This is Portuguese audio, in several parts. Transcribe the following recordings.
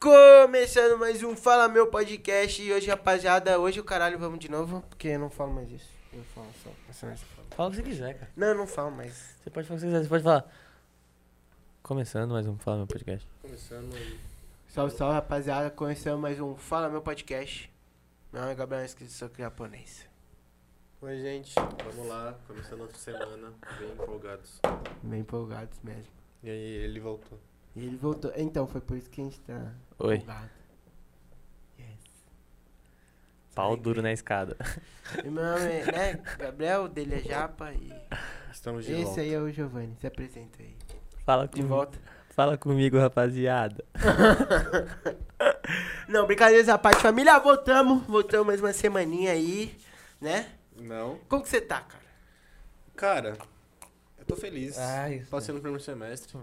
Começando mais um Fala Meu Podcast. E hoje, rapaziada, hoje o caralho vamos de novo, porque eu não falo mais isso. Eu falo só. essa não é essa fala. Fala o que você quiser, cara. Não, eu não falo mais. Você pode falar o que você quiser, você pode falar. Começando mais um Fala Meu Podcast. Começando aí. Salve, salve, rapaziada. Começando mais um Fala Meu Podcast. Meu nome é Gabriel Esquisito, sou japonês. Oi, gente. Vamos lá. Começando outra semana. Bem empolgados. Bem empolgados mesmo. E aí, ele voltou. E ele voltou. Então, foi por isso que a gente tá Oi. empolgado. Pau duro na escada. E meu nome é, né, Gabriel, o dele é Japa e... Estamos de Esse volta. aí é o Giovanni. Se apresenta aí. Fala De comigo. volta. Fala comigo, rapaziada. Não, brincadeiras à parte, família, voltamos. Voltamos mais uma semaninha aí, né? Não. Como que você tá, cara? Cara, eu tô feliz. Ah, Ai, Passei no primeiro semestre.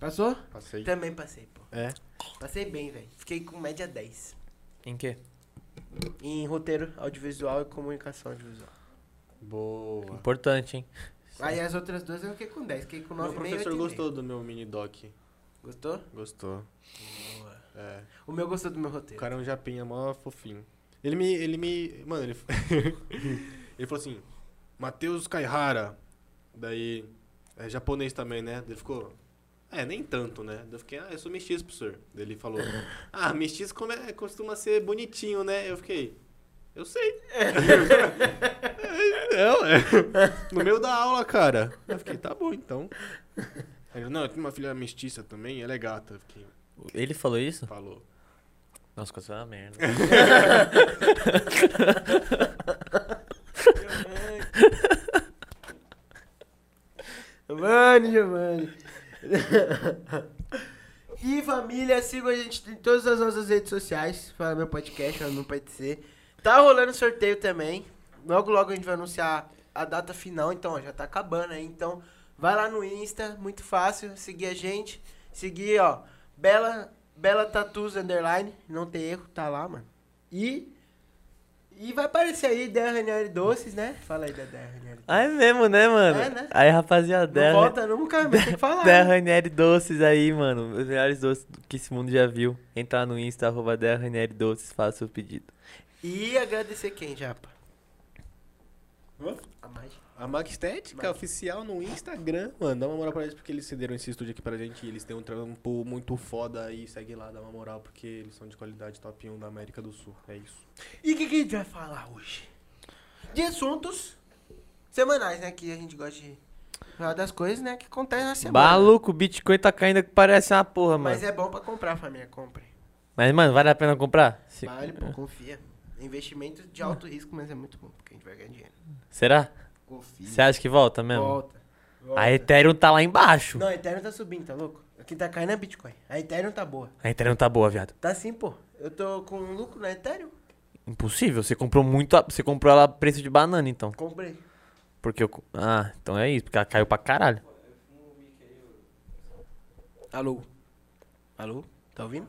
Passou? Passei. Também passei, pô. É? Passei bem, velho. Fiquei com média 10. Em quê? Em roteiro audiovisual e comunicação audiovisual. Boa. Importante, hein? Aí as outras duas eu fiquei com 10. Fiquei com 9,5. Meu professor oito e gostou do meu mini doc. meio. Gostou? Gostou. Boa. É. O meu gostou do meu O roteiro. cara é um japinha mó fofinho. Ele me. Ele me. Mano, ele. ele falou assim: Matheus Kaihara. Daí. É japonês também, né? Daí ficou. É, nem tanto, né? Daí eu fiquei, ah, eu sou mestiço, professor. Daí ele falou, ah, mestiço como é- costuma ser bonitinho, né? Eu fiquei, eu sei. É, Não, é. No meio da aula, cara. Eu fiquei, tá bom, então. Ele, não, eu tenho uma filha mestiça também, ela é gata. Eu fiquei, Ele falou isso? falou. Nossa, quase foi uma merda. Giovanni, Giovanni. e família, sigam a gente em todas as nossas redes sociais. Fala meu podcast, fala meu PTC. Tá rolando sorteio também. Logo, logo a gente vai anunciar a data final. Então, ó, já tá acabando aí. Então, vai lá no Insta, muito fácil. Seguir a gente. Seguir, ó. Bela, Bela Tatus Underline. Não tem erro, tá lá, mano. E. E vai aparecer aí Ideia Ranieri Doces, né? Fala aí da Ideia Ranieri Doces. Ah, é mesmo, né, mano? É, né? Aí, rapaziada. Não volta nunca, mas tem que falar. Da né? Ranieri Doces aí, mano. Os melhores doces que esse mundo já viu. Entra lá no Insta, arroba da Ranieri Doces, faça o seu pedido. E agradecer quem, Japa? Hã? A mágica. A Mac Estética Mac. oficial no Instagram, mano. Dá uma moral pra eles, porque eles cederam esse estúdio aqui pra gente. E eles têm um trampo muito foda aí. Segue lá, dá uma moral, porque eles são de qualidade top 1 da América do Sul. É isso. E o que, que a gente vai falar hoje? De assuntos semanais, né? Que a gente gosta de falar das coisas, né? Que acontecem na semana. Maluco, o Bitcoin tá caindo que parece uma porra, mano. Mas é bom pra comprar, família. Compre. Mas, mano, vale a pena comprar? Se- Vale, pô, confia. Investimento de alto risco, mas é muito bom, porque a gente vai ganhar dinheiro. Será? Confia. Você acha que volta mesmo? Volta. volta. A Ethereum tá lá embaixo. Não, a Ethereum tá subindo, tá louco? O que tá caindo é Bitcoin. A Ethereum tá boa. A Ethereum tá boa, viado. Tá sim, pô. Eu tô com um lucro na Ethereum? Impossível. Você comprou muito. A... Você comprou ela a preço de banana, então. Comprei. Porque eu. co- Ah, então é isso. Porque ela caiu pra caralho. Alô? Alô? Tá ouvindo?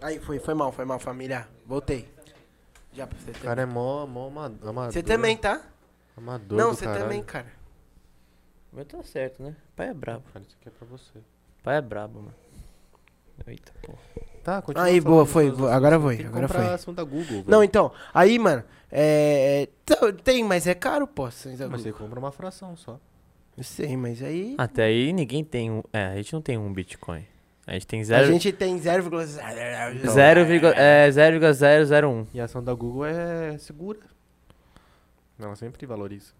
Aí, foi, foi mal, foi mal, família. Voltei. Já pra você também. é mó, mó amador. você também, tá? Amador Não, você também, cara. O meu tá certo, né? Pai é brabo. Cara, isso aqui é pra você. Pai é brabo, mano. Eita, porra. Tá, continua. Aí, falando boa, dos foi. seus boa, assuntos. Agora foi, Tem que agora comprar foi. ação da Google. Não, velho. então, aí, mano, é... tá, Tem, mas é caro, pô. Sem Mas você compra uma fração só. Eu sei, mas aí... Até aí ninguém tem um. É, a gente não tem um Bitcoin. A gente tem A zero. gente tem 0, zero vírgula- um, é, 0,001. E a ação da Google é segura. Não, ela sempre valoriza.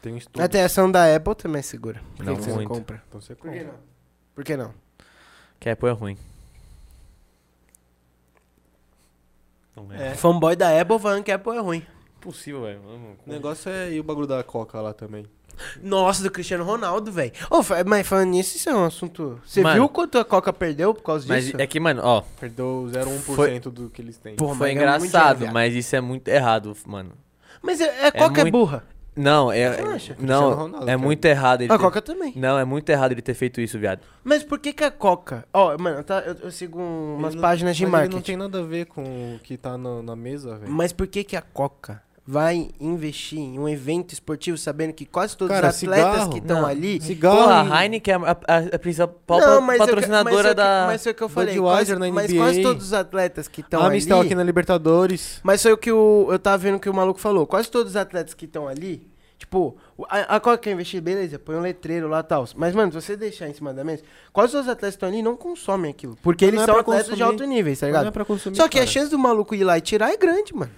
Tem um estudo. Até a ação da Apple também é segura. Por que Não que você muito. compra? Então você Por que compra. não? Por que não? Que é, pô, é ruim. Não é. Fanboy da Apple falando que Apple é ruim. impossível, velho. O negócio é. E o bagulho da Coca lá também. Nossa, do Cristiano Ronaldo, velho. Ô, fa- mas falando nisso, isso é um assunto. Você Mano. viu quanto a Coca perdeu por causa Mas disso? é que, mano, ó. Perdeu 0,1% do que eles têm. Pô, mas foi é muito engraçado, dinheiro, mas isso é muito errado, mano. Mas é, é Coca é, muito- burra. Não, é. Você acha? Não, Cristiano Ronaldo, é cara. muito errado ele. A ter- Coca também. Não, é muito errado ele ter feito isso, viado. Mas por que que a Coca... Ó, mano, tá, eu, eu sigo Ele umas não- páginas de mas ele não marketing. tem nada a ver com o que tá na, na mesa, velho. Mas por que que a Coca vai investir em um evento esportivo sabendo que quase todos Cara, os atletas cigarro. que estão Não. ali. Cigarro. Porra, a Heineken é a, a- a principal Não, pa- mas eu que- mas patrocinadora eu que- da. Mas foi o que eu falei. Quase, Budweiser na mas NBA. quase todos os atletas que estão então, ali. Amistel Ah, aqui na Libertadores. Mas foi o que o, eu tava vendo que o maluco falou. Quase todos os atletas que estão ali, tipo, o- a, a Coca quer investir, beleza, põe um letreiro lá e tal. Mas, mano, se você deixar em cima da mesa, quase todos os atletas que estão ali não consomem aquilo. Porque Mas eles não é são pra atletas de consumir. alto nível, tá Mas não ligado? é pra consumir, Só que a cara. chance do maluco ir lá e tirar é grande, mano.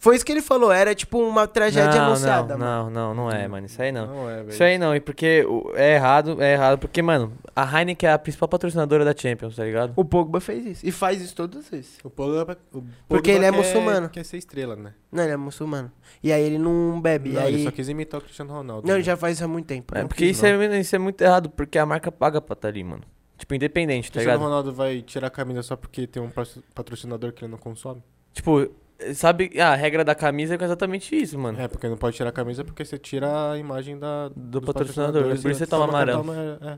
Foi isso que ele falou, era tipo uma tragédia não, anunciada, não, mano. não, não, não é, mano. Isso aí não. Não é, Isso aí não, e porque o- é errado, é errado, porque, mano, a Heineken é a principal patrocinadora da Champions, tá ligado? O Pogba fez isso. E faz isso todas as vezes. O Pogba, o Porque Pogba ele é quer- muçulmano. Quer ser estrela, né? Não, ele é muçulmano. É, E aí ele não bebe. Não, é aí... ele só quis imitar o Cristiano Ronaldo. Não, né? ele já faz isso há muito tempo. né? É, Não porque quis, isso é, isso é muito errado, porque a marca paga pra tá ali, mano. Tipo, independente, tá Cristiano ligado? Ronaldo vai tirar a camisa só porque tem um patro- patrocinador que ele não consome? Tipo, sabe, a regra da camisa é exatamente isso, mano. É, porque não pode tirar a camisa porque você tira a imagem da, Do dos patrocinador, né? patrocinadores por isso e você né? toma amarelo. cartão,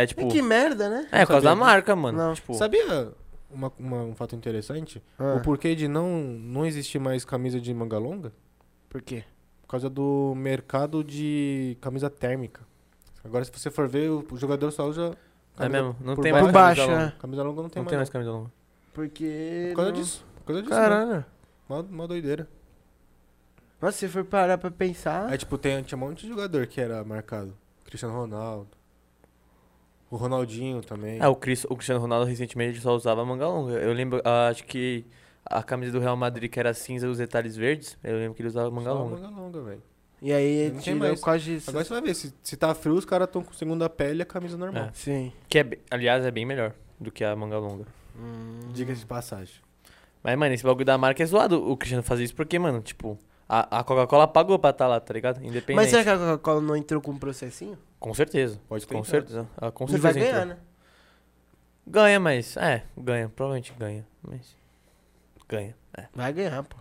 É, não. tipo, É que merda, né? é, por causa da sabia. marca, mano. Não. Tipo, é. Sabia uma- uma- um fato interessante? Ah, O porquê de não, não existir mais camisa de manga longa? por quê? Por causa do mercado de camisa térmica. Agora, se você for ver, o o jogador só usa. é mesmo, não por tem mais Por baixo, camisa baixo, longa. né? Camisa longa não tem Não tem mais. mais camisa longa. Porque. não. Por causa não- disso. Por causa disso. Caralho. Caralho. Mó, mó doideira. Nossa, se for parar pra pensar. Aí, tipo, tem, tinha um monte de jogador que era marcado. Cristiano Ronaldo. O Ronaldinho também. É, o, Cris- o Cristiano Ronaldo recentemente só usava manga longa. Eu lembro, ah, acho que a camisa do Real Madrid, que era cinza e os detalhes verdes, eu lembro que ele usava manga Só longa. manga longa, velho. E aí Não ele tem tirou mais. quase disso. Agora você vai ver, se, se tá frio, os caras estão com segunda pele e a camisa normal. É. Sim. Que, é, be- aliás, é bem melhor do que a manga longa. Hum. Diga-se de passagem. Mas, mano, esse bagulho da marca é zoado o Cristiano fazer isso porque, mano, tipo, a, a Coca-Cola pagou pra estar lá, tá ligado? Independente. Mas será que a Coca-Cola não entrou com um processinho? Com certeza. Pode Com tentar. certeza. Ela com tá. e certeza vai ganhar, entrou. né? Ganha, mas. É, ganha. Provavelmente ganha. Mas. Ganha. É, Vai ganhar, pô.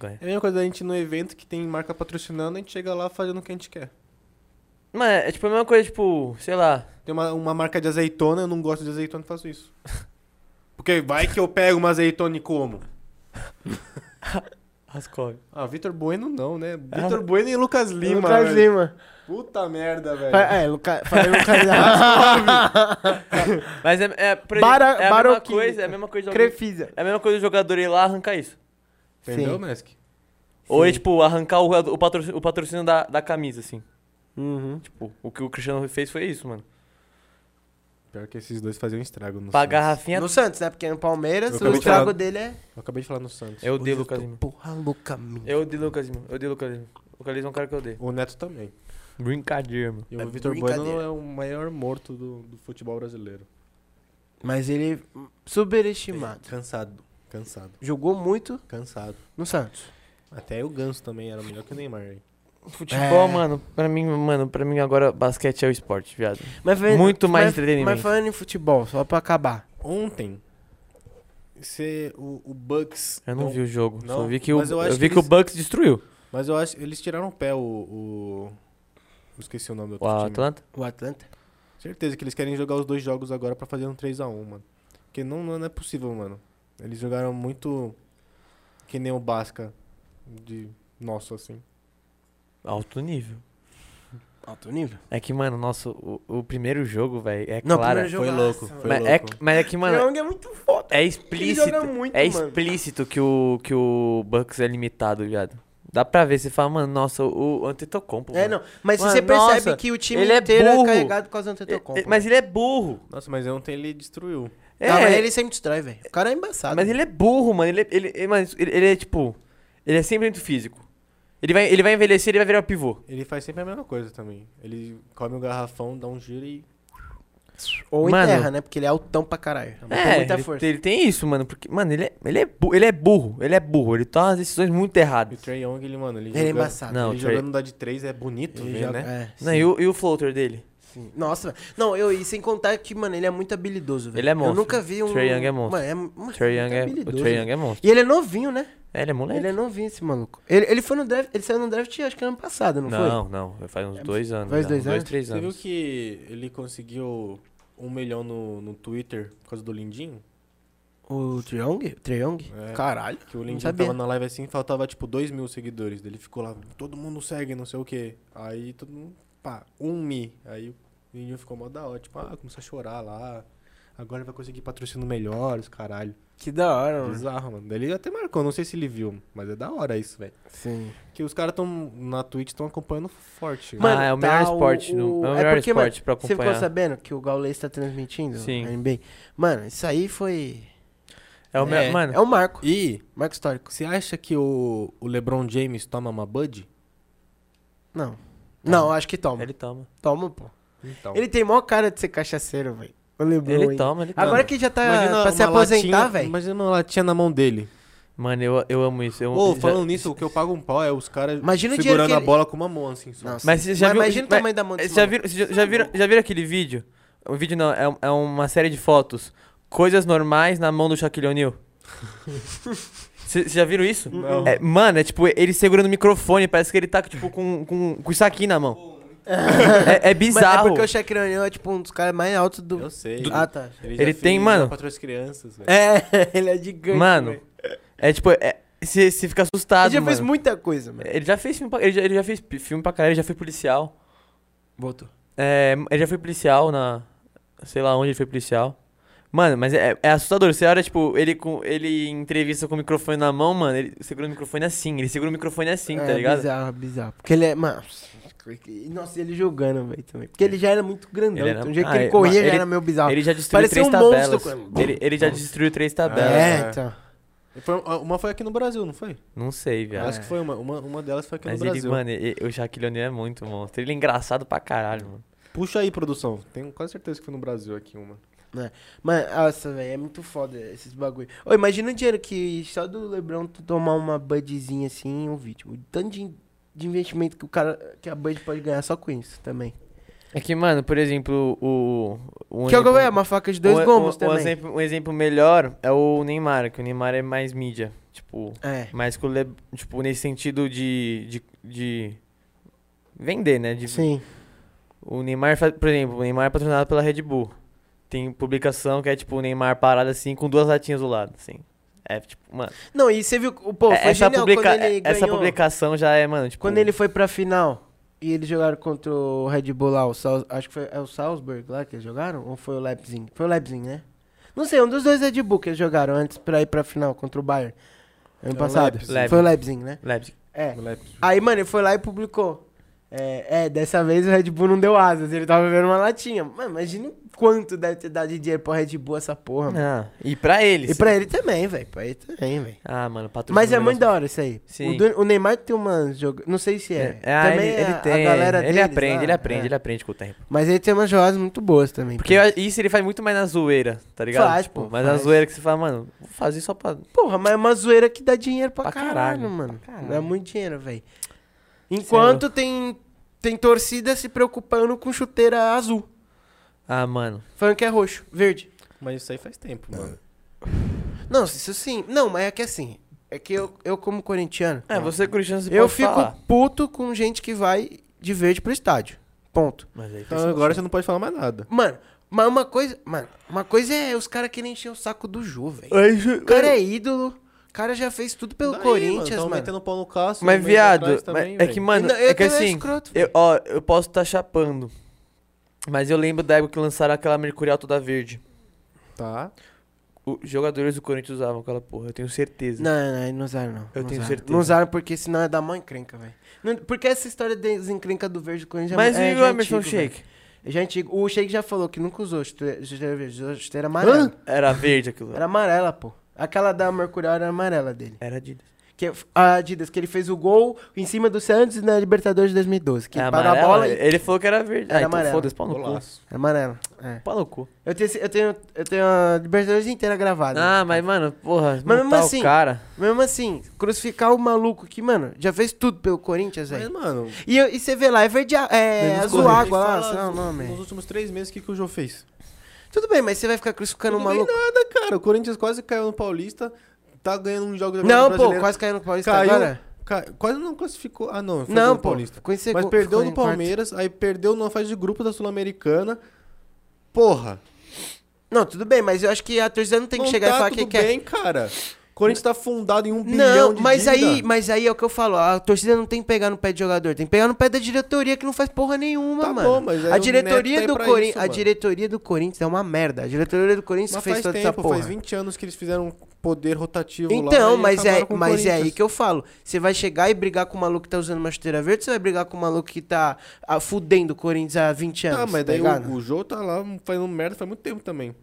ganha. É a mesma coisa da gente no evento que tem marca patrocinando, a gente chega lá fazendo o que a gente quer. Mas é tipo a mesma coisa, tipo, sei lá. Tem uma, uma marca de azeitona, eu não gosto de azeitona e faço isso. Porque vai que eu pego uma azeitona e como. Rascove. Ah, Vitor Bueno não, né? Vitor Bueno e Lucas Lima. Lucas velho. Lima. Puta merda, velho. Fa- É, Luca... falei Lucas Mas é, é, por Bara- exemplo, é a mesma Baroquinho. coisa, é a mesma coisa de alguém- Crefisa. É a mesma coisa do jogador ir lá arrancar isso. Entendeu, Sim. Mask? Ou é, Sim. tipo, arrancar o, o patrocínio, o patrocínio da, da camisa, assim. Uhum. Tipo, o que o Cristiano fez foi isso, mano. Pior que esses dois faziam estrago no Pagar a Santos. garrafinha. No Santos, né? Porque no Palmeiras Eu o acabei de estrago falar. dele é. Eu acabei de falar no Santos. Eu odeio Hoje Lucas tô Lima. Porra, louca minha. Eu odeio Lucas Lima. Eu odeio Lucas Lima. Lucas Lima é um cara que eu odeio. O Neto também. Brincadeira, mano. E É o Vitor Bueno brincadeira. é o maior morto do, do futebol brasileiro. Mas ele hum, superestimado. Cansado. Cansado. Jogou muito Cansado. no Santos. Até o Ganso também era melhor que o Neymar. hein? Futebol, É. mano, pra mim, mano, pra mim agora basquete é o esporte, viado. Mas, velho, Muito mais mas- entretenimento. Mas falando em futebol, só pra acabar. Ontem, cê- o, o Bucks... Eu não deu- vi o jogo, só Não, vi que o, mas eu eu acho vi que que, eles- o Bucks destruiu Mas eu acho... Eles tiraram o pé, o... o- eu esqueci o nome do o outro time. Atlanta. O Atlanta. Certeza que eles querem jogar os dois jogos agora pra fazer um 3x1, mano. Porque não, não é possível, mano. Eles jogaram muito que nem o Basca de nosso, assim. Alto nível. Alto nível. É que, mano, nosso, o, o primeiro jogo, velho, é Não, claro. primeiro jogo- Jogaço, né? mano. foi Mas é, louco. mas é que, Mano, mano, Young é muito foda. é Ele explícito. joga muito, É mano. explícito que o, que o Bucks é limitado, viado. Dá pra ver, você fala, mano, nossa, o o Antetokounmpo, É, mano. não. Mas Mano, você percebe nossa, que o time ele é inteiro é burro. carregado por causa do É, é, Antetokounmpo. Mas ele é burro. Nossa, mas ontem ele destruiu. É, Ah, mas ele sempre distrai, velho. O cara é embaçado. Mas ele é burro, mano. Ele, é- ele, ele, mas ele, ele é tipo. Ele é sempre muito físico. Ele vai, ele vai envelhecer ele vai virar pivô. Ele faz sempre a mesma coisa também. Ele come o garrafão, dá um giro e... Ou Mano. enterra, né? Porque ele é altão pra caralho. Tem É, muita ele, força. ele tem isso, mano. Porque, mano, ele é, ele, é bu- ele é burro. Ele é burro. Ele toma umas decisões muito E o erradas. Trae Young, ele, mano, ele Ele é embaçado. Não, ele o Trae- jogando da de 3 é bonito, Ele ver, joga- né? é, Não, sim, e, o, e o floater dele? sim. Nossa, velho. Não, eu, e sem contar que, mano, ele é muito habilidoso, velho. Ele é Eu monstro. nunca vi um... Trae Young é monstro. Mano, é, mano, O Trae Young muito é, o habilidoso, Trae Young é monstro. E ele é novinho, né? É, ele é moleque. Ele é novinho, esse maluco. Ele, ele foi no draft, ele saiu no draft acho que ano passado, não, foi? É, não, não, Faz uns dois anos. faz já, dois uns anos? Dois, três Você viu anos. que ele conseguiu um milhão no, no Twitter por causa do Lindinho? O Triong? Triong? É. Caralho. Que o Não Lindinho sabia. tava na live assim, faltava tipo 2 mil seguidores. Ele ficou lá, todo mundo segue, não sei o quê. Aí todo mundo, pá, um mi. Aí o Lindinho ficou mó da hora, tipo, ah, começou a chorar lá. Agora vai conseguir patrocínio melhor, os caralho. Que da hora, mano. Bizarro, mano. Daí Ele até marcou, não sei se ele viu, mas é da hora isso, velho. Sim. Que os caras tão na Twitch estão acompanhando forte. Mano, Mano, é o melhor tá esporte, o- no- é o é melhor porque, mano, esporte pra Você ficou acompanhar. sabendo que o Gaules tá transmitindo? Sim. a NBA? Mano, isso aí foi. É o melhor, mano. É um marco. E Marco histórico. você acha que o, o LeBron James toma uma Bud? Não. Não, acho que toma. É. Ele toma. Toma, pô. Então. Ele tem maior cara de ser cachaceiro, velho. O LeBron, Ele hein? toma, ele toma. Agora que já tá pra se uma aposentar, latinha- velho. Imagina uma latinha na mão dele. Mano, eu, eu amo isso. Eu, Ô, já- falando nisso, o que eu pago um pau é os caras Imagina o dinheiro segurando que a ele- bola com uma mão, assim, só. Nossa. Mas você já viu- imagina mas- o tamanho da mão Vocês desse É, já maluco. viram, vocês já, já viram, já viram aquele vídeo? O vídeo não, é, um- é uma série de fotos. Coisas normais na mão do Shaquille O'Neal. Vocês já viram isso? Não. É, mano, é tipo, ele segurando o microfone, parece que ele tá tipo com, com, com isso aqui na mão. é, é Mas é bizarro. porque o Shaquille O'Neal é tipo um dos caras mais altos do. Eu sei. Ah, tá. já Ele tem, fez mano- uma pra três crianças, velho. É, ele é gigante. Mano, velho. é tipo, é- você você fica assustado, Ele já mano. fez muita coisa, mano. Ele já fez filme pra, ele já, ele já fez pi- filme pra caralho, ele já foi policial. Voltou. É, ele já foi policial na. Sei lá onde ele foi policial. Mano, mas é, é assustador. Você olha, tipo, ele, com, ele em entrevista com o microfone na mão, mano, ele segura o microfone assim, ele segura o microfone assim, tá é, ligado? bizarro, bizarro. Porque ele é. Mano, nossa, ele jogando, velho, também. Porque ele já era muito grandão. Ele era- Então, o jeito ah, que ele é, corria mas já ele- era meio bizarro. Ele já destruiu Parecia três um tabelas. monstro, cara. ele, ele já destruiu três tabelas. é, É. então. Foi- uma foi aqui no Brasil, não foi? Não sei, Eu viado. Acho que foi uma, uma, uma delas é foi aqui Mas no ele, Brasil. mano, e- o Shaquille O'Neal é muito monstro. Ele é engraçado pra caralho, mano. Puxa aí, produção. Tenho quase certeza que foi no Brasil aqui uma. Mano, nossa, velho, é muito foda esses bagulho. Ô, imagina o dinheiro que só do Lebron tu tomar uma budzinha assim em um vídeo. O tanto de, de investimento que o cara. que a Bud pode ganhar só com isso também. É que, mano, por exemplo, o. o que é o que Um exemplo- eu é uma faca de dois um- gomos um- um também. exemplo, um exemplo melhor é o Neymar, que o Neymar é mais mídia. Tipo, É. mais que o Le... tipo, nesse sentido de, de, de vender, né? De- Sim. O Neymar, fa- por exemplo, o Neymar é patrocinado pela Red Bull. Tem publicação que é tipo o Neymar parado assim com duas latinhas do lado, assim. É tipo, mano. Não, e você viu. O pô, é- foi essa, genial publica- é, quando ele essa ganhou. publicação já é, mano, tipo. Quando ele foi pra final e eles jogaram contra o Red Bull lá, o Sal- acho que foi é o Salzburg lá que eles jogaram? Ou foi o Leipzig? Foi o Leipzig, né? Não sei, um dos dois Red Bull que eles jogaram antes pra ir pra final contra o Bayern. Ano É o passado. Leipzig. Foi o Leipzig, né? Leipzig. É. Moleque. Aí, mano, ele foi lá e publicou. É, é, dessa vez o Red Bull não deu asas, ele tava vendo uma latinha. Mano, imagina quanto deve ter dado de dinheiro pro Red Bull essa porra, mano. Ah, e pra É. eles. E pra ele também, velho. Pra ele também, velho. Ah, mano, patrocínio. Mas é muito da hora isso aí. Sim. O, Du- o Neymar tem umas jogadas. Não sei se é. É, ah, ele, também ele a- tem. A galera ele deles aprende, lá, ele aprende, é. ele aprende com o tempo. Mas ele tem umas jogadas muito boas também. Porque eu- isso ele faz muito mais na zoeira, tá ligado? Faz, Tipo, pô, Mas na faz. zoeira que você fala, mano, vou fazer só pra. Porra, mas é uma zoeira que dá dinheiro pra, Pra caralho, caralho, mano. pra caralho. é Dá muito dinheiro, velho. Enquanto tem, tem torcida se preocupando com chuteira azul. Ah, mano. Falando que é roxo, verde. Mas isso aí faz tempo, mano. Não, isso sim. Não, mas é que assim. É que eu, eu como corintiano. É, você Cristiano, você eu pode fico falar. puto com gente que vai de verde pro estádio. Ponto. Mas aí Então agora você não pode falar mais nada. Mano, mas uma coisa. Mano, uma coisa é os caras querem encher o saco do Jô, velho. O Mas, cara é ídolo. O cara já fez tudo pelo Daí, Corinthians, tão mano. metendo pau no Cássio. um mês viado, atrás mas também, é velho. que, tá mano, Não, eu é que também assim, escroto, eu, ó, eu posso estar chapando. Mas eu lembro da época que lançaram aquela Mercurial toda verde. Tá. Os jogadores do Corinthians usavam aquela porra, eu tenho certeza. Não, não, não, não usaram, não. Eu Não tenho usaram. certeza. Não usaram porque senão é da mão encrenca, velho. Não- Porque essa história da encrenca do verde do Corinthians mas é, e já o é Emerson antigo, velho. Shake? É Já é antigo. O Shake já falou que nunca usou chuteira chuteira verde, usou chuteira amarela. Era verde aquilo. Era amarela, pô. Aquela da Mercurial era amarela dele. Era de. Que, é a Adidas, que ele fez o gol em cima do Santos na Libertadores de 2012. Que É parou a amarela? bola e... Ele falou que era verde. Era ah, então amarela. foda-se, pau no cu. Golaço. Amarela, é. Pau no cu. Eu tenho, esse- eu tenho, eu tenho a Libertadores inteira gravada. Ah, mas, mano, porra, Mas mesmo matar assim, o cara. Mesmo assim, crucificar o maluco que, mano, já fez tudo pelo Corinthians, Mas, velho. mano... E, eu- e você vê lá, é verde, a- é nos azul corre- água lá, fala sei lá o nos- nome. Nos últimos três meses, o que, que o Jô fez? Tudo bem, mas você vai ficar crucificando o Não ganhei maluco? nada, cara. O Corinthians quase caiu no Paulista. Tá ganhando um jogo Não, pô, quase caiu no Paulista Caiu, agora. Ca- Quase não classificou. Ah, não. foi Não, no pô, Paulista. ficou em segundo. Mas perdeu ficou no em quarto. Palmeiras, aí perdeu numa fase de grupo da Sul-Americana. Porra. Não, tudo bem, mas eu acho que a torcida não tem que chegar tá e falar tudo que quer. bem, cara. Corinthians tá fundado em um bilhão Não, de mas dívida. aí, mas aí é o que eu falo, a torcida não tem que pegar no pé de jogador, tem que pegar no pé da diretoria que não faz porra nenhuma, Tá mano. bom, mas aí a o Neto diretoria tá do aí pra Corin... isso, a mano. diretoria do Corinthians é uma merda. A diretoria do Corinthians Mas fez faz toda tempo, essa porra. faz 20 anos que eles fizeram um poder rotativo lá, Então, e mas, é, acabaram com o mas é aí Corinthians. que eu falo. Você vai chegar e brigar com o maluco que tá usando uma chuteira verde, você vai brigar com o maluco que tá ah, fudendo o Corinthians há 20 anos. Tá, mas tá daí ligado? o, o Jô tá lá fazendo merda faz muito tempo também.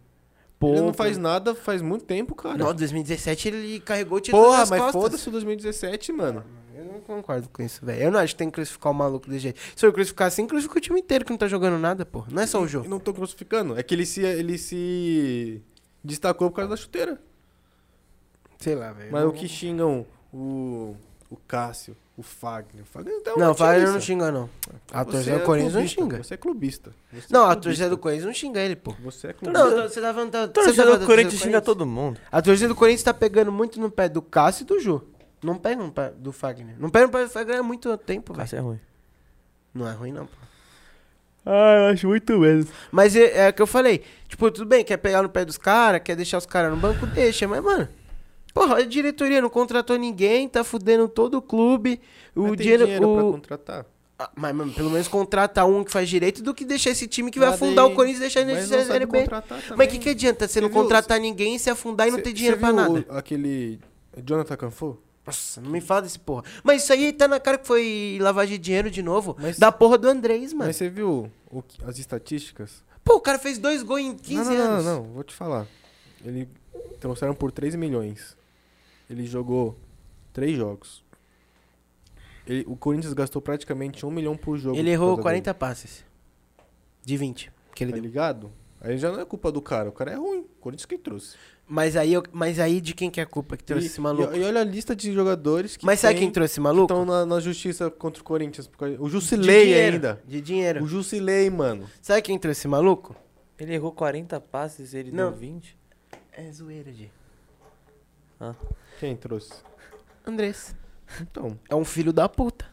Pô, ele não faz nada faz muito tempo, cara. Não, 2017 ele carregou o título Porra, nas mas costas. foda-se o 2017, mano. Eu não concordo com isso, velho. Eu não acho que tem que crucificar o maluco desse jeito. Se eu crucificar assim, crucifica o time inteiro que não tá jogando nada, pô. Não é só o Eu jogo. não tô crucificando. É que ele se, ele se destacou por causa da chuteira. Sei lá, velho. Mas Não- o que xingam o, o Cássio, o Fagner. O Fagner tá Não, o Fagner não ativista. xinga, não. A Você torcida é do Corinthians não clubista, xinga. Você é clubista. Você Não, é a clubista. torcida do Corinthians não xinga ele, pô. Você é clubista. Não, você tá falando da- você tá falando da torcedor do Corinthians xinga Corinthians? todo mundo. A torcida do Corinthians tá pegando muito no pé do Cássio e do Ju. Não pega no pé do Fagner. Não pega no pé do Fagner há muito tempo, velho. Cássio é ruim. Não é ruim, não, pô. Ah, eu acho muito mesmo. Mas é, é o que eu falei. Tipo, tudo bem, quer pegar no pé dos caras, quer deixar os caras no banco, deixa. Mas, mano, porra, a diretoria não contratou ninguém, tá fudendo todo o clube. O Mas tem dinheiro. o- pra contratar. Ah, mas, mano, pelo menos contrata um que faz direito do que deixar esse time que vai Mas afundar daí- o Corinthians e deixar ele mas na não sabe Série B. contratar também. Mas o que, que adianta você não Você viu- contratar ninguém, se afundar e não Cê- ter cê dinheiro pra viu nada? o- aquele Jonathan Canfu? Nossa, não me fala desse porra. Mas isso aí tá na cara que foi lavagem de dinheiro de novo. Mas- Da porra do Andrés, mano. Mas você viu o que- as estatísticas? Pô, o cara fez dois gols em 15 não, não, não, anos. Não, não, vou te falar. Ele trouxeram por 3 milhões. Ele jogou 3 jogos. Ele- o Corinthians gastou praticamente 1 milhão por jogo. Ele por errou causa 40 passes. De 20. Que ele dele, Tá deu. ligado? Aí já não é culpa do cara. O cara é ruim. O Corinthians que trouxe. Mas aí, eu- mas aí de quem que é a culpa que trouxe E- esse maluco? E, e olha a lista de jogadores que mas sabe tem- quem trouxe esse que maluco? estão na, na justiça contra o Corinthians. por causa- O De Jusilei dinheiro, ainda. De dinheiro. O Jusilei, mano. Sabe quem trouxe esse maluco? Ele errou 40 passes, ele Não. deu 20. É zoeira, de Quem trouxe? Andrés. Então. É um filho da puta.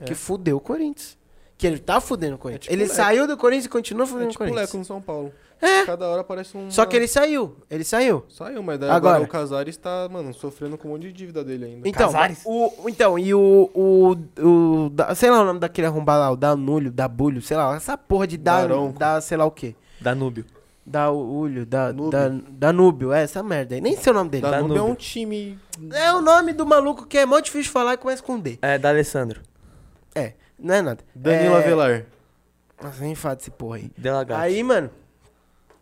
É. Que fudeu o Corinthians. Que ele tá fudendo o Corinthians. tipo ele Leco. saiu do Corinthians e continua É fudendo tipo o o Corinthians. Leco no São Paulo. É. Cada hora aparece um. Só que ele saiu. Ele saiu. Saiu, mas daí agora, Agora. o Casares tá, mano, sofrendo com um monte de dívida dele ainda. Então, Casares? o, então e o. o, o da- sei lá o nome daquele arrombado lá, o Danulho, Dabulho, sei lá, essa porra de da, Daronco. da sei lá o quê. Danúbio. Da Ulho, da, Núbio. da, Danúbio, é, essa merda aí. Nem sei o nome dele. Da Danúbio é Danúbio. um time. É o nome do maluco que é mó difícil de falar e começa com D. É, da Alessandro. É, não é nada. Danilo é... Avelar. Nossa, nem fala desse porra aí. Delagate. Aí, mano,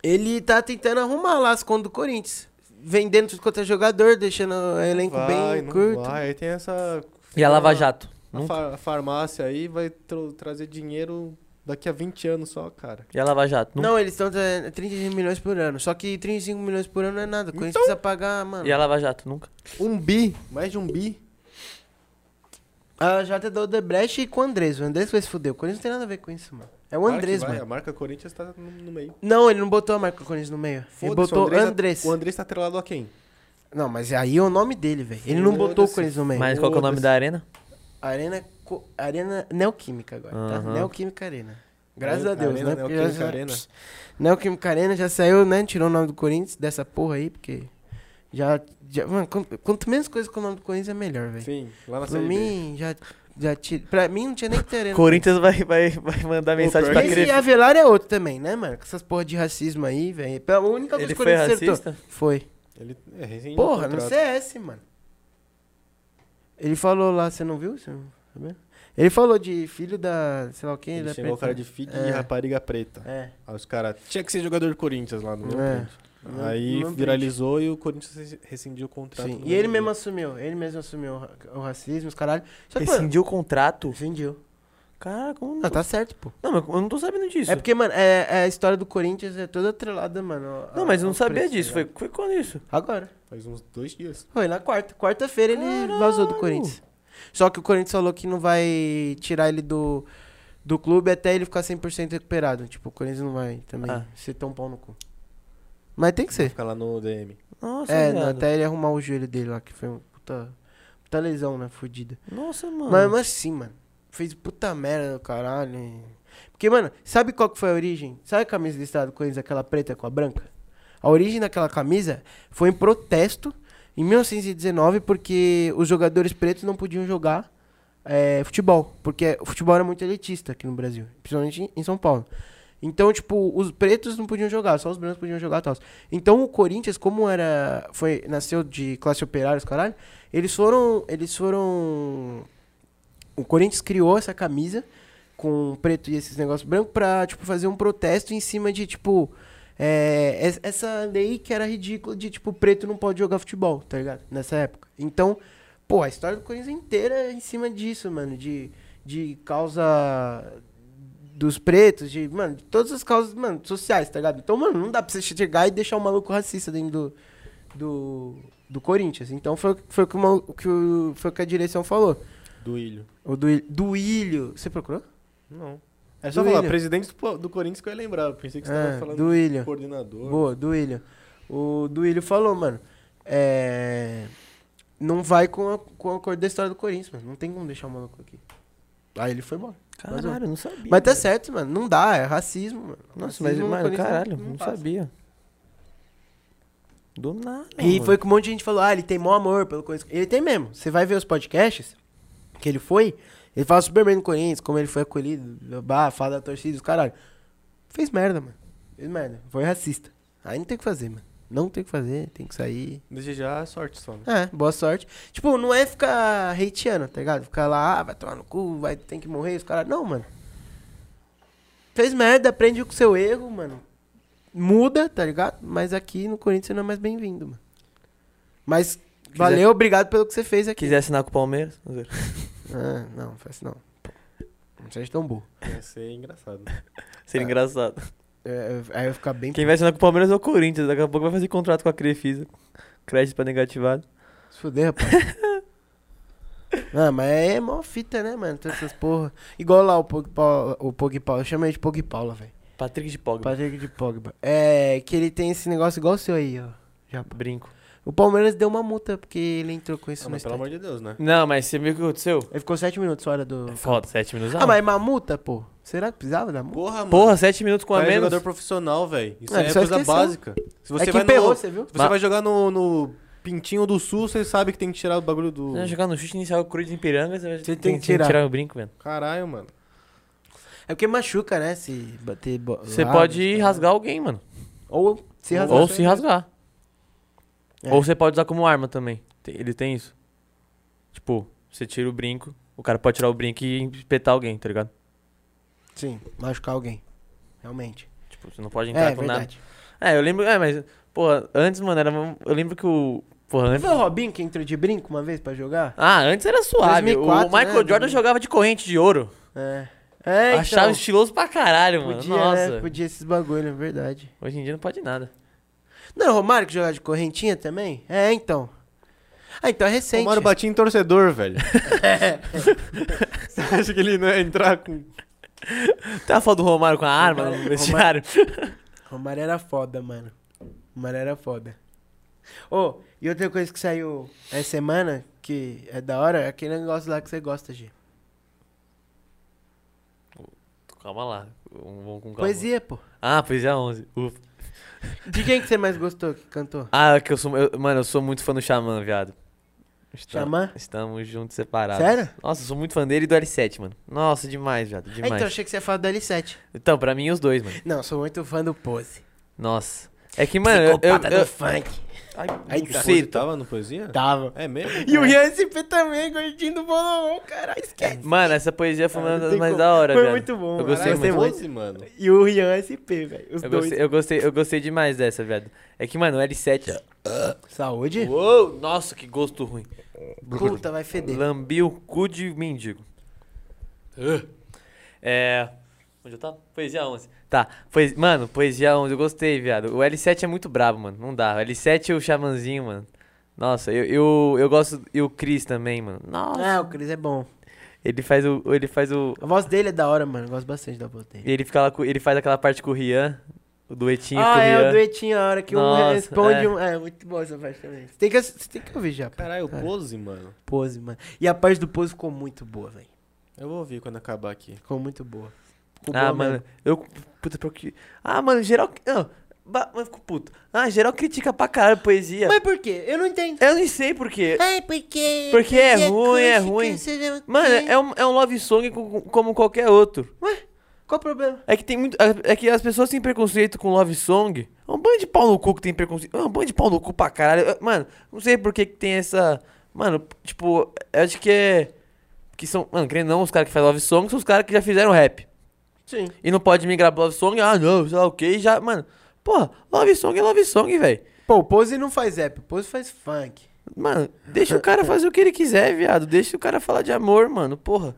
ele tá tentando arrumar lá as contas do Corinthians. Vendendo tudo quanto é jogador, deixando o elenco Vai, bem não curto. vai. Aí tem essa. E a Lava Jato. A, Nunca. fa- a farmácia aí vai tro- trazer dinheiro daqui a 20 anos só, cara. E a Lava Jato. Nunca. Não, eles eh, estão tra- 35 milhões por ano. Só que 35 milhões por ano não é nada. O Então. Corinthians precisa pagar, mano. E a Lava Jato. Nunca. Um bi, mais de um bi. A Jota é da Odebrecht e com o Andrés. O Andrés vai se fuder. O Corinthians não tem nada a ver com isso, mano. É o Claro que Andrés, vai, mano. A marca Corinthians tá no, no meio. Não, ele não botou a marca Corinthians no meio. Ele Foda-se, botou o Andrés tá- Andrés. O Andrés tá atrelado a quem? Não, mas aí é o nome dele, velho. Ele não botou o Foda-se. Corinthians no meio. Mas qual que é o nome Foda-se. da arena? Arena, Co- Arena Neoquímica agora, tá? Aham. Neoquímica Arena. Graças Arena- a Deus, Arena né? Porque Neoquímica já- Arena. Neoquímica Arena já saiu, né? Tirou o nome do Corinthians dessa porra aí, porque... Já... já mano, quanto, quanto menos coisa com o nome do Corinthians é melhor, velho. Enfim, lá na Pra Série B. mim, já, já tira. Pra mim, não tinha nem que ter arena. Corinthians tá vai, vai, vai mandar mensagem pior pra que Esse Crefisa. Avelar é outro também, né, mano? Com essas porra de racismo aí, velho. Pela- A única coisa Ele que o foi Corinthians acertou. racista? Foi. Ele é recém Porra, no contrato. CS, mano. Ele falou lá, você não viu? Você não sabia? Ele falou de filho da. sei lá quem, Ele da chamou o preta. cara de filho É. e rapariga preta. É. Aí os caras, tinha que ser jogador do Corinthians lá no meu É. print. No- Aí no viralizou e o Corinthians rec- rescindiu o contrato. Sim. no E ele meio. mesmo assumiu. Ele mesmo assumiu o ra- o racismo, os caralho. Só que, mano, Rescindiu o contrato? Rescindiu. Cara, como Ah, não? tá certo, pô. Não, mas eu não tô sabendo disso. É porque, mano, é, é a história do Corinthians é toda atrelada, mano. ao- Não, mas eu não ao sabia preto, disso. tá Foi, ligado? foi quando isso? Agora. Faz uns dois dias. Foi na quarta. Quarta-feira ele vazou do Corinthians. Só que o Corinthians falou que não vai tirar ele do, do clube até ele ficar 100% recuperado. Tipo, o Corinthians não vai também Ah. ser tão pau no cu. Mas tem que ser. Fica lá no DM. Nossa, É, não, viado. até ele arrumar o joelho dele lá, que foi uma puta, puta lesão, né? Fudida. Nossa, mano. Mas, mas sim, mano. Fez puta merda do caralho. hein? Porque, mano, sabe qual que foi a origem? Sabe a camisa do estado do Corinthians, aquela preta com a branca? A origem daquela camisa foi em protesto em 1919 porque os jogadores pretos não podiam jogar é, futebol, porque o futebol era muito elitista aqui no Brasil, principalmente em- em São Paulo. Então, tipo, os pretos não podiam jogar, só os brancos podiam jogar e tal. Então, o Corinthians, como era foi nasceu de classe operária, os caralho, eles foram eles foram o Corinthians criou essa camisa com preto e esses negócios brancos pra, tipo, fazer um protesto em cima de, tipo, é, es- essa lei que era ridícula de, tipo, preto não pode jogar futebol, tá ligado? Nessa época. Então, pô, a história do Corinthians inteira é em cima disso, mano, de, de causa dos pretos, de, mano, de todas as causas, mano, sociais, tá ligado? Então, mano, não dá pra você chegar e deixar o maluco racista dentro do, do, do Corinthians. Então, foi, o que- foi, o que o malu- o que o- foi o que a direção falou. Do Ilho. O do, do Ilho. Você procurou? Não. É só Do falar, Ilho. presidente do, po- do Corinthians que eu ia lembrar. Eu pensei que você É, tava falando do Ilho. do coordenador. Boa, do William. O do William falou, mano. É. Não vai com a, com a cor da história do Corinthians, mano. Não tem como deixar o maluco aqui. Aí ele foi embora. Caralho, não sabia. Mas tá velho. certo, mano. Não dá, é racismo, mano. Nossa, mas, Racismo no mano, Corinthians caralho, não, passa. sabia. Do nada. E mano. foi que um monte de gente falou, ah, ele tem maior amor pelo Corinthians. Ele tem mesmo. Você vai ver os podcasts que ele foi, ele fala super bem no Corinthians, como ele foi acolhido, bah, fala da torcida, os caralho. Fez merda, mano. Fez merda. Foi racista. Aí não tem o que fazer, mano. Não tem o que fazer, tem que sair. Desejar sorte só, né? É, boa sorte. Tipo, não é ficar hateando, tá ligado? Ficar lá, ah, vai tomar no cu, vai, tem que morrer, os caras. Não, mano. Fez merda, aprende com seu erro, mano. Muda, tá ligado? Mas aqui no Corinthians você não é mais bem-vindo, mano. Mas valeu, obrigado pelo que você fez aqui. Quiser assinar com o Palmeiras? Ah, não, faz isso não. Pô, Não seja tão burro. Ia ser engraçado. É. Seria engraçado. É, aí eu ia ficar bem Quem vai assinar com o Palmeiras é o Corinthians. Daqui a pouco vai fazer contrato com a Crefisa. Crédito pra negativado. Se fuder, rapaz. Ah, mas é mó fita, né, mano? Todas essas porra. Igual lá o Pog Paula, o Pog Paula. Eu chamo ele de Pog Paula, velho. Patrick de Pogba. Patrick de Pogba. É, que ele tem esse negócio igual o seu aí, ó. Já. Brinco. O Palmeiras deu uma multa porque ele entrou com isso Ah, no mas pelo estádio. amor de Deus, né? Não, mas você viu o que aconteceu? Ele ficou 7 minutos fora do... É Foda, 7 minutos. Ah, mas é uma multa, pô. Será que precisava da multa? Porra, mano. Porra, 7 minutos com a cara é menos. jogador profissional, velho. Isso Ah, é ele coisa só esqueceu. básica. Se você é que vai no- emperrou, você viu? Se você Ma- vai jogar no, no Pintinho do Sul, você sabe que tem que tirar o bagulho do. Você vai jogar no chute inicial o Corinthians em Piranga, você vai Você tem que tirar. o brinco, velho. Caralho, mano. É porque machuca, né? Se bater... bo- Você lado, pode tá? rasgar alguém, mano. Ou se rasgar. Ou se rasgar. É. Ou você pode usar como arma também. Tem- Ele tem isso. Tipo, você tira o brinco, o cara pode tirar o brinco e espetar alguém, tá ligado? Sim, machucar alguém. Realmente. Tipo, você não pode entrar É, com nada. verdade. É, eu lembro. É, mas. Porra, antes, mano, era. Eu lembro que o. Porra, Não antes. foi o Robinho que entrou de brinco uma vez pra jogar? Ah, antes era suave. 2004, o Michael né? Jordan jogava de corrente de ouro. É. É, então, Achava estiloso pra caralho, mano. Podia, Nossa. né? Podia esses bagulho, é verdade. Hoje em dia não pode nada. Não era o Romário que jogava de correntinha também? É, então. Ah, então é recente. É. Romário batia em torcedor, velho. Você acha que ele não ia entrar com. Tem a foto do Romário com a arma no Romário- vestiário. Romário era foda, mano. Romário era foda. Ô, e outra coisa que saiu essa semana, que é da hora, é aquele negócio lá que você gosta, G. Calma lá. Vamos com calma. Poesia, pô. Ah, poesia 11. Ufa. De quem que você mais gostou que cantou? Ah, é que eu sou. eu- mano, eu sou muito fã do Xamã, viado. Estam- Xamã? Estamos juntos separados. Sério? Nossa, eu sou muito fã dele e do L7, mano. Nossa, demais, viado. Ah, então, Demais. achei que você ia falar do L7. Então, pra mim, os dois, mano. Não, sou muito fã do Pose. Nossa. É que, mano, eu. eu, Psicopata do eu- funk. Ai, Aí puta. tá. Você Cita. tava no poesia? Tá. Tava. É mesmo? E o ISP também, gordinho do bolão, caralho, esquece. Mano, essa poesia foi uma Não das tem mais como. da hora, Foi velho. muito bom. É, Eu gostei caralho, é muito. muito. Pose, mano. E o Rian SP, velho. Os Eu dois. gostei, eu, gostei, eu gostei demais dessa, viado. É que, mano, o L7. ó. Saúde? Uou, nossa, que gosto ruim. Puta, vai feder. Lambi o cu de mendigo. É. Onde eu tava? Poesia 11. Tá. Poes... Mano, poesia 11, eu gostei, viado. O L7 é muito brabo, mano. Não dá. O L7 e o Xamanzinho, mano. Nossa, eu, eu, eu gosto. E o Chris também, mano. Nossa. Ah, o Cris é bom. Ele faz o. Ele faz o. A voz dele é da hora, mano. Eu gosto bastante da voz dele. E ele, fica lá com- ele faz aquela parte com o Rian. O duetinho com Ah, o Rian. é o duetinho, a hora que um Nossa, responde é. um. É, muito boa essa parte também. Você tem que, ass- você tem que ouvir já. pô. Caralho, É. pose, mano. Pose, mano. E a parte do pose ficou muito boa, velho. Eu vou ouvir quando acabar aqui. Ficou muito boa. Ficou Ah, boa mano, mesmo. eu. Puta, pior que. Ah, mano, geral. Não, Ba- Mas fico puto. Ah, geral critica pra caralho poesia. Mas por quê? Eu não entendo. Eu nem sei por quê. Ai, porque. É. Porque é ruim, é ruim. Mano, é um, é um love song co- como qualquer outro. Ué, qual o problema? É que tem muito. É que as pessoas têm preconceito com love song. É um bando de pau no cu que tem preconceito. É um bando de pau no cu pra caralho. Eu- Mano, não sei por que, que tem essa. Mano, tipo, eu acho que é. Que são. Mano, querendo ou não, os caras que fazem love song são os caras que já fizeram rap. Sim. E não pode migrar pro love song, ah não, sei lá o que, já. Mano, porra, love song é love song, velho. Pô, o Pose não faz rap, o Pose faz funk. Mano, deixa o cara fazer o que ele quiser, viado. Deixa o cara falar de amor, mano. Porra.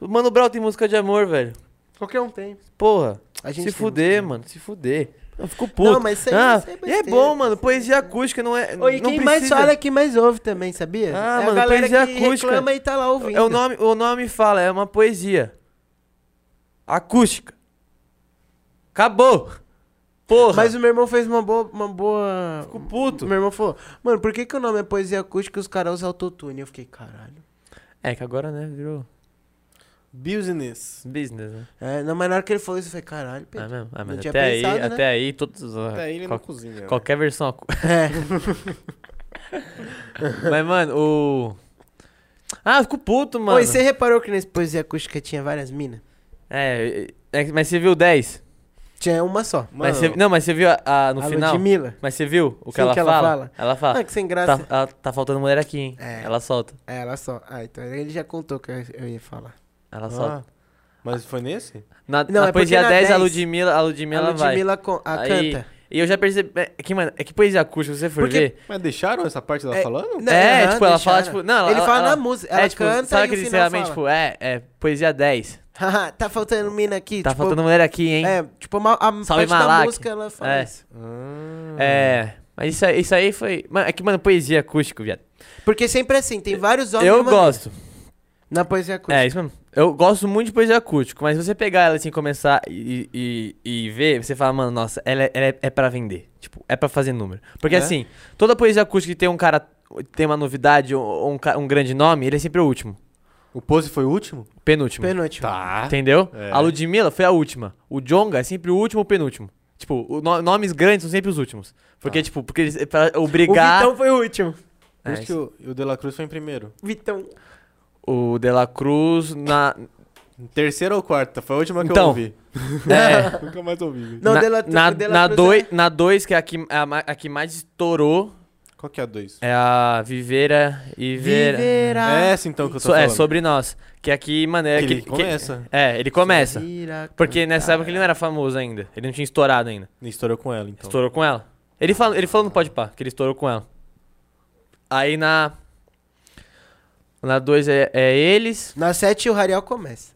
O Mano Brown tem música de amor, velho. Qualquer um tem. Porra. A gente tem Se fuder, música. mano. Se fuder. Eu fico puto. Não, mas isso aí- ah, isso aí é e é besteira, bom, mano. Poesia acústica não é. Ô, e não quem precisa... mais fala é quem mais ouve também, sabia? Ah, é mano, a galera poesia que acústica. reclama e tá lá ouvindo. É o nome, o nome fala, é uma poesia. Acústica. Acabou. Porra. Mas o meu irmão fez uma boa. Uma boa... Fico puto. Meu irmão falou, mano, por que, que o nome é poesia acústica e os caras usam autotune? Eu fiquei, caralho. É que agora, né, virou Business. business, né? É, não, mas na hora que ele falou isso, eu falei, caralho, Ah, Pedro. mesmo. Ah, mas tinha até aí, pensado, né? até aí, todos. Até ele Ah, qual- não cozinha. qualquer versão acú- É. Mas, mano, o. Ah, eu fico puto, mano. Ô, e você reparou que nesse poesia acústica tinha várias minas? É, é, é, mas você viu 10. Tinha uma só. Mas você, não, mas você viu a, a- no a final. Ludmilla. Mas você viu o que, Sim, ela, que ela fala? fala. Ela Ah, fala. que sem tá, graça. ah, tá faltando mulher aqui, hein? É. Ela solta. É, ela só. Ah, então ele já contou que eu, eu ia falar. Ela Ah, solta. Mas foi nesse? Na, Não, na é porque poesia na 10, a 10, Ludmilla, a Ludmilla, a Ludmilla con- a vai. Aí- canta. E eu já percebi. É que, mano, é que poesia acústica, se você for Porque- ver. Mas deixaram essa parte dela É, falando? Não, é, aham, tipo, ela fala, deixaram. tipo. Não, ela, ele ela- fala ela- na música. Ela é, tipo, canta sabe e o aquele final fala. realmente, tipo, é, é, poesia 10. Haha, tá faltando mina aqui. Tá tipo, faltando mulher aqui, hein? É, tipo, uma- a Salve, parte Malak. da música ela fala É. isso. Ah. É. Mas isso aí, isso aí foi. Mano, é que, mano, poesia acústica, viado. Porque sempre é assim, tem vários homens e Eu uma gosto. mina. na poesia acústica. É, isso mesmo. Eu gosto muito de poesia acústica, mas se você pegar ela assim, começar e, e, e ver, você fala, mano, nossa, ela, é- ela é, é pra vender. Tipo, é pra fazer número. Porque É? assim, toda poesia acústica que tem um cara, tem uma novidade ou- ou um, ca- um grande nome, ele é sempre o último. O Pose foi o último? Penúltimo. Penúltimo. Tá. Entendeu? É. A Ludmilla foi a última. O Jonga é sempre o último ou penúltimo. Tipo, o no- nomes grandes são sempre os últimos. Porque, tipo, porque eles, é pra obrigar. O Vitão foi o último. É, Por isso que o, e o De La Cruz foi em primeiro. Vitão. O De La Cruz na. Em terceiro ou quarta? Foi a última que Então. eu ouvi. é. Nunca mais ouvi. Não, na, Dela- na, Dela na, Cruz dois, na dois, que é a que, a, ma- a que mais estourou, Qual que é a dois? é a Viveira e Vera. É essa então que eu tô So- é, falando. sobre nós. Que aqui, mano, é Que ele que- começa. que- é, ele começa. Vira, Porque nessa época ele não era famoso ainda. Ele não tinha estourado ainda. E Estourou com ela, então. Estourou com ela. Ele, fala, ele falou no Pode Pá, que ele estourou com ela. Aí na. Na 2 é, é eles. Na 7 o Rariel começa.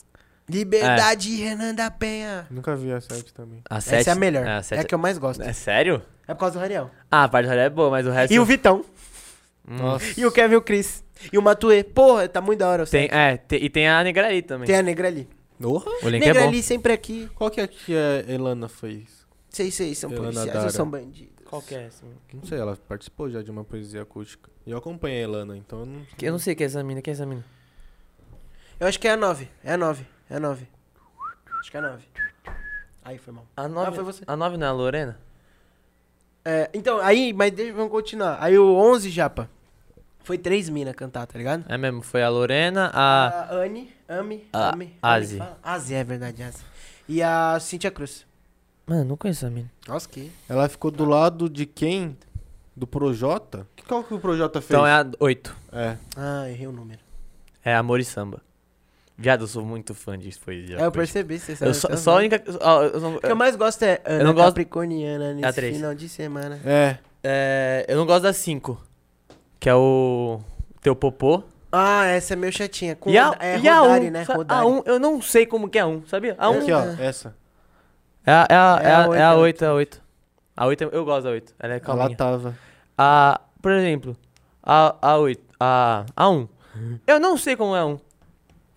Liberdade, Renan da Penha. Nunca vi a sete também. A É. sete, Essa é a melhor. É, É a a, sete- que eu mais gosto. é sério? É por causa do Rariel. Ah, a parte do Ralé é boa, mas o resto. Hum. E o Vitão. Nossa. E o Kevin e o Chris. E o Matue. Porra, tá muito da hora. eu sei. tem, é, tem- e tem a Negrari também. Tem a Negra ali. Porra. O link Negra é bom. ali sempre aqui. Qual que é que a Elana fez? Sei, sei, são Helena policiais Dara. ou são bandidos. Qual que é essa? Não sei, ela participou já de uma poesia acústica. E eu acompanhei a Elana, então eu não. Eu não sei quem é essa mina, quem é essa mina? Eu acho que é a 9. É a 9. É a 9. Acho que é a 9. Aí foi mal. A 9, Ah, foi você. a 9 não é a Lorena? É, então, aí, mas deixa, vamos continuar. Aí o 11, Japa. Foi três minas cantar, tá ligado? É mesmo, foi a Lorena, a... A Anne, Ami, A Ami. Ami, Aze. fala. Aze, é verdade, Aze. E a Cintia Cruz. Mano, não conheço essa mina. Nossa, que. Ela ficou do lado de quem? Do Projota? Que- Qual que o Projota fez? Então é a 8. É. Ah, errei o número. É Amor e Samba. Viado, eu sou muito fã disso, foi É, eu percebi, você sabe. Eu só, tá só a vendo? única... ó, eu, não, O que eu mais gosto é Ana não gosto- Capricorniana É a nesse três. final de semana. É. é, eu não gosto da 5, que é o... Teu popô. Ah, essa é meio chatinha. Com e a, roda- é e a Rodari, um, né? sa- Rodari. A 1, um, eu não sei como que é a 1, um, sabia? A 1... Um, Aqui, ó. Essa. é, a- é, a- É é, a a- é a oito, 8, é a 8. A 8, eu gosto da 8, ela é Ela calminha. tava. A, por exemplo, a, a 8, a, a 1. Eu não sei como é a 1.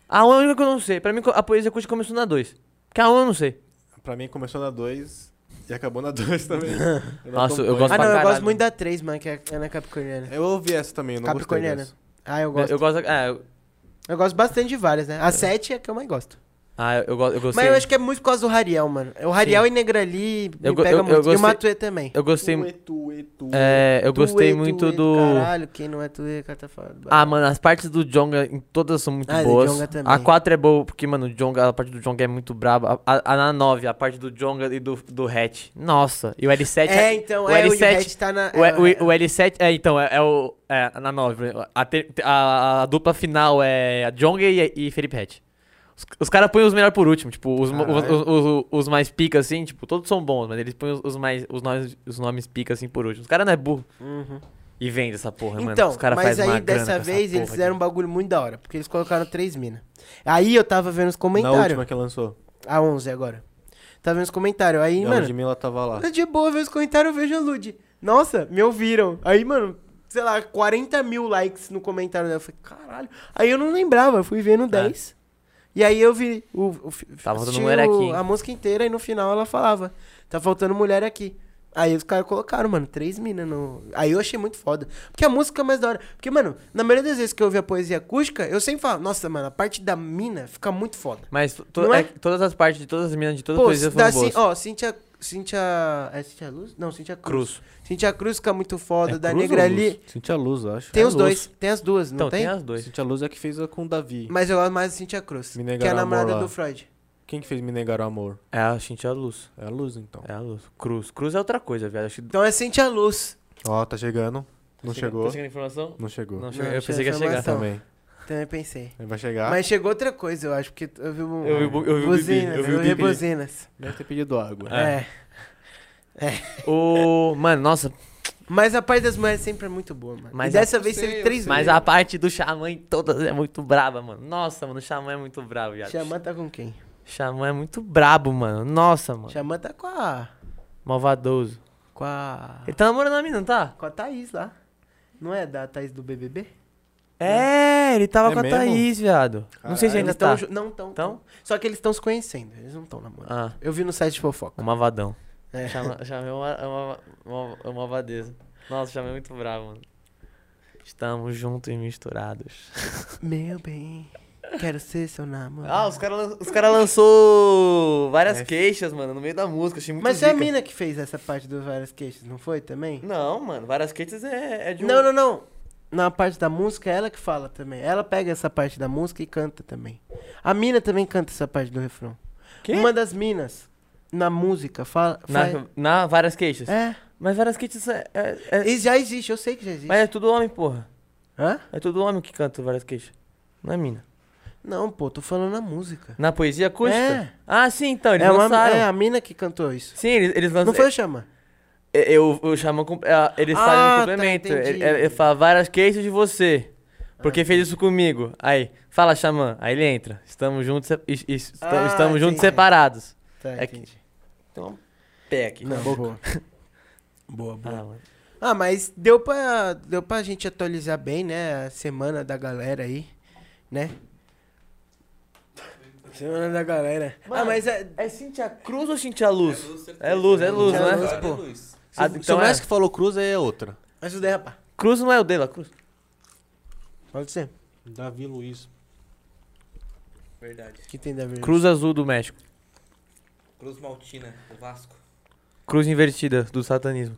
A 1 é a única que eu não sei. Pra mim, a poesia acústica começou na 2. Porque a 1 eu não sei. Pra mim começou na 2 e acabou na 2 também. Eu não Nossa, eu acompanho. gosto Ah, não, eu pra gosto caralho. muito da 3, mano, que é a Ana Capricorniana. Eu ouvi essa também, eu não gostei Capricorniana. dessa. Ah, eu Eu, gosto. gosto. É, eu- Eu gosto bastante de várias, né? A 7 é a que eu mais gosto. Ah, eu, eu, go- eu gostei. Mas eu acho que é muito por causa do Rariel, mano. O Rariel Sim. e Negrali me Eu go- pega eu- eu muito. E gostei- o Matue também. Eu gostei. Tuê, tuê, tuê. É, eu Tuê, gostei Tuê, muito Tuê do. Caralho, quem não é Tuê, cara tá falando. Ah, mano, as partes do Jonga em todas são muito Ah, do boas. Jonga também. A 4 é boa, porque, mano, o Jonga, a parte do Jonga é muito braba. A, a- a na 9, a parte do Jonga e do, do Hatch. Nossa. E o L7 É, então, o é, o L7 Red tá na. O, é, o- o L7, é, então, é, é o. É, na 9. A, ter- a- a dupla final é a Jonga e, e Felipe Hatch. Os, os caras põem os melhores por último, tipo, os, mo- os, Caralho. os- os- os mais pica, assim, tipo, todos são bons, mas eles põem os, os mais, os, nomes, os nomes pica, assim, por último. Os caras não é burro Uhum. e vende essa porra, Ah, mano. Então, os cara mas faz uma aí grana dessa com essa vez eles porra fizeram um de- bagulho muito da hora, porque eles colocaram três minas. Aí eu tava vendo os Na última comentários. que lançou. A 11 agora. Tava vendo os comentários. Aí, E a mano, Ludmilla tava lá. é de boa ver os comentários, eu vejo a Lud. Nossa, me ouviram. Aí, mano, sei lá, 40 mil likes no comentário dela. Eu falei, caralho. Aí eu não lembrava, eu fui vendo 10. E aí eu vi. O, o, Tá É. faltando assisti mulher aqui, o- hein? A música inteira e no final ela falava: Tá faltando mulher aqui. Aí os caras colocaram, mano, três minas no. Aí eu achei muito foda. Porque a música é mais da hora. Porque, mano, na maioria das vezes que eu ouvi a poesia acústica, eu sempre falo, nossa, mano, a parte da mina fica muito foda. Mas to- Não é é? que todas as partes de todas as minas de todas as Pô, assim, poesias da foram Cin- boas. ó, Cintia. Cintia. É Cintia Luz? Não, Cintia Cruz. Cruz. Cintia Cruz fica muito foda, É da Cruz Negra ou Luz? ali. Cintia Luz, eu acho. Tem É os Luz. dois, tem as duas, não Então, tem? tem as duas. Cintia Luz é que fez a com o Davi. Mas eu gosto mais da Cintia Cruz, Me que é a negaram o amor namorada lá. do Freud. Quem que fez Me Negar o Amor? É a gente é a luz. É a Luz, então. É a luz. Cruz. Cruz é outra coisa, viado. Acho que... Então é Cintia Luz. Ó, tá chegando. Não chegou. Tá Tá chegando informação? Não chegou. Não, chegou. Não, eu pensei que ia chegou chegar. informação. Também. Também pensei. Vai chegar. Mas chegou outra coisa, eu acho, porque eu vi um. Eu vi o bu- eu vi o buzinas, bibi, eu vi o vi bibi. buzinas. Deve ter pedido água. É. É. O... Mano, nossa, Mas a parte das mulheres sempre é muito boa, mano. Mas e dessa a- vez Sei, teve eu três sei. Mas a parte do Xamã em todas é muito braba, mano. Nossa, mano, o Xamã é muito brabo, viado. Xamã tá com quem? Xamã é muito brabo, mano. Nossa, mano. Xamã tá com a. Malvadoso. Com a. Ele tá namorando a mina, não tá? Com a Thaís lá. Não é da Thaís do BBB? É, ele tava É com a mesmo? Thaís, viado. Não sei se Eles ainda tão tá. ju- Não tão. Tão? Só que eles estão se conhecendo, eles não estão namorando. Ah, Eu vi no site de fofoca. o Mavadão. É. Xamã, Xamã é uma, é uma, uma, é uma malvadeza. Nossa, o Xamã é muito brabo, mano. Estamos juntos e misturados. Meu bem, quero ser seu namorado. Ah, os caras os cara lançou várias É. queixas, mano, no meio da música. assim. Achei muito Mas é foi a zica. mina que fez essa parte dos várias queixas, não foi também? Não, mano, várias queixas é, é de um... Não, não, não. Na parte da música, é ela que fala também. Ela pega essa parte da música e canta também. A mina também canta essa parte do refrão. Quê? Uma das minas, na música, fala. faz- Na, na várias queixas. É. Mas várias queixas é. é- é- E já existe, eu sei que já existe. mas é tudo homem, porra. Hã? É tudo homem que canta várias queixas. Não é mina. Não, pô, tô falando na música. Na poesia acústica? É. Ah, sim, então, eles é, uma- lançaram. é a mina que cantou isso. Sim, eles, eles lançaram. Não foi o Xamã? É, Eu, o Xamã. com- é, Eles Ah, fazem um tá, complemento. entendi. Ah, ele, ele fala várias queixas de você. Porque fez isso comigo. Aí, fala, Xamã. Aí ele entra. Estamos juntos, se- e- e- est- Ah, estamos juntos entendi. separados. Tá, É que- entendi. Então, pé aqui. Não, boca. boa. boa, boa. Ah, mano. Ah, mas deu pra, deu pra gente atualizar bem, né? A semana da galera aí, né? Semana da galera. ah, Mano, mas é. É Cintia Cruz ou Cintia Luz? É luz, é luz, É né? luz, pô. Ah, Se, se então o é. Messi que falou Cruz, aí é outra. Ajuda aí, rapaz. Cruz não é o dela, Cruz. Pode ser. Davi Luiz. Verdade. O que tem da verdade? Cruz Azul do México. Cruz Maltina, do Vasco. Cruz invertida do satanismo.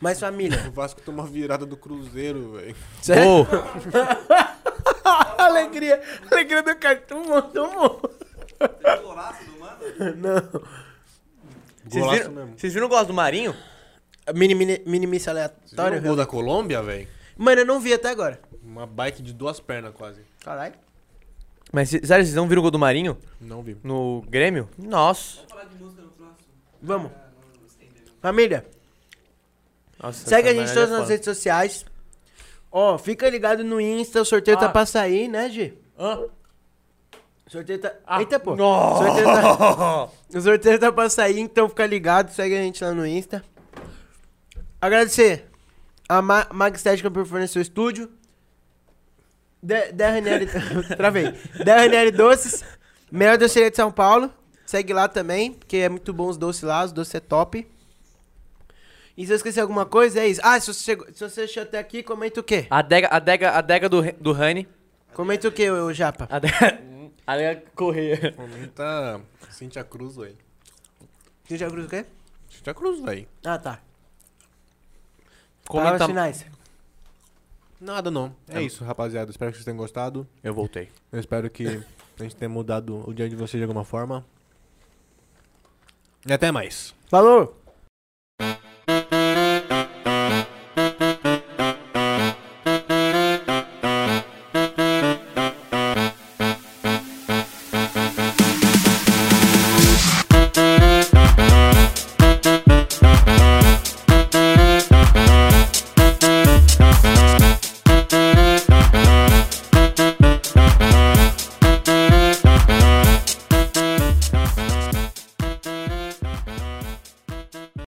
Mas família. O Vasco tomou a virada do Cruzeiro, velho. Gol! alegria! Alegria do cara. Tomou, tomou. Golaço do mano? Não. Vocês Golaço viram, mesmo. vocês viram o golaço do Marinho? Mini, mini, minimício Você viu aleatório. o gol da Colômbia, velho? Mano, eu não vi até agora. Uma bike de duas pernas quase. Caralho. Mas cê- sério, vocês não viram o gol do Marinho Não vi. no Grêmio? Nossa. Vamos. Família. Nossa Segue a essa gente merda é todas nas foda. redes sociais. Ó, fica ligado no Insta, o sorteio tá Ah. pra sair, né, Gi? Hã? Sorteio tá. Ah. Eita, pô. Nossa. Sorteio tá- O sorteio tá pra sair, então fica ligado, segue a gente lá no Insta. Agradecer a Ma Magstética por fornecer o estúdio. D- DRNL. Travei. DRNL Doces. Melhor doceria de São Paulo. Segue lá também, porque é muito bom os doces lá, os doces é top. E se eu esquecer alguma coisa, é isso. Ah, se você, chegou, se você chegou até aqui, comenta o quê? A adega, a adega, a adega do, Re- do Rani. Comenta o quê, ô Japa? A adega- Ale correr. Comenta Cintia tá Cruz, velho. Você já cruz o quê? Cintia Cruz, velho. Ah, tá. Palavras Comenta. finais. Nada não. É, É. isso, rapaziada. Espero que vocês tenham gostado. Eu voltei. Eu espero que a gente tenha mudado o dia de vocês de alguma forma. E até mais. Falou!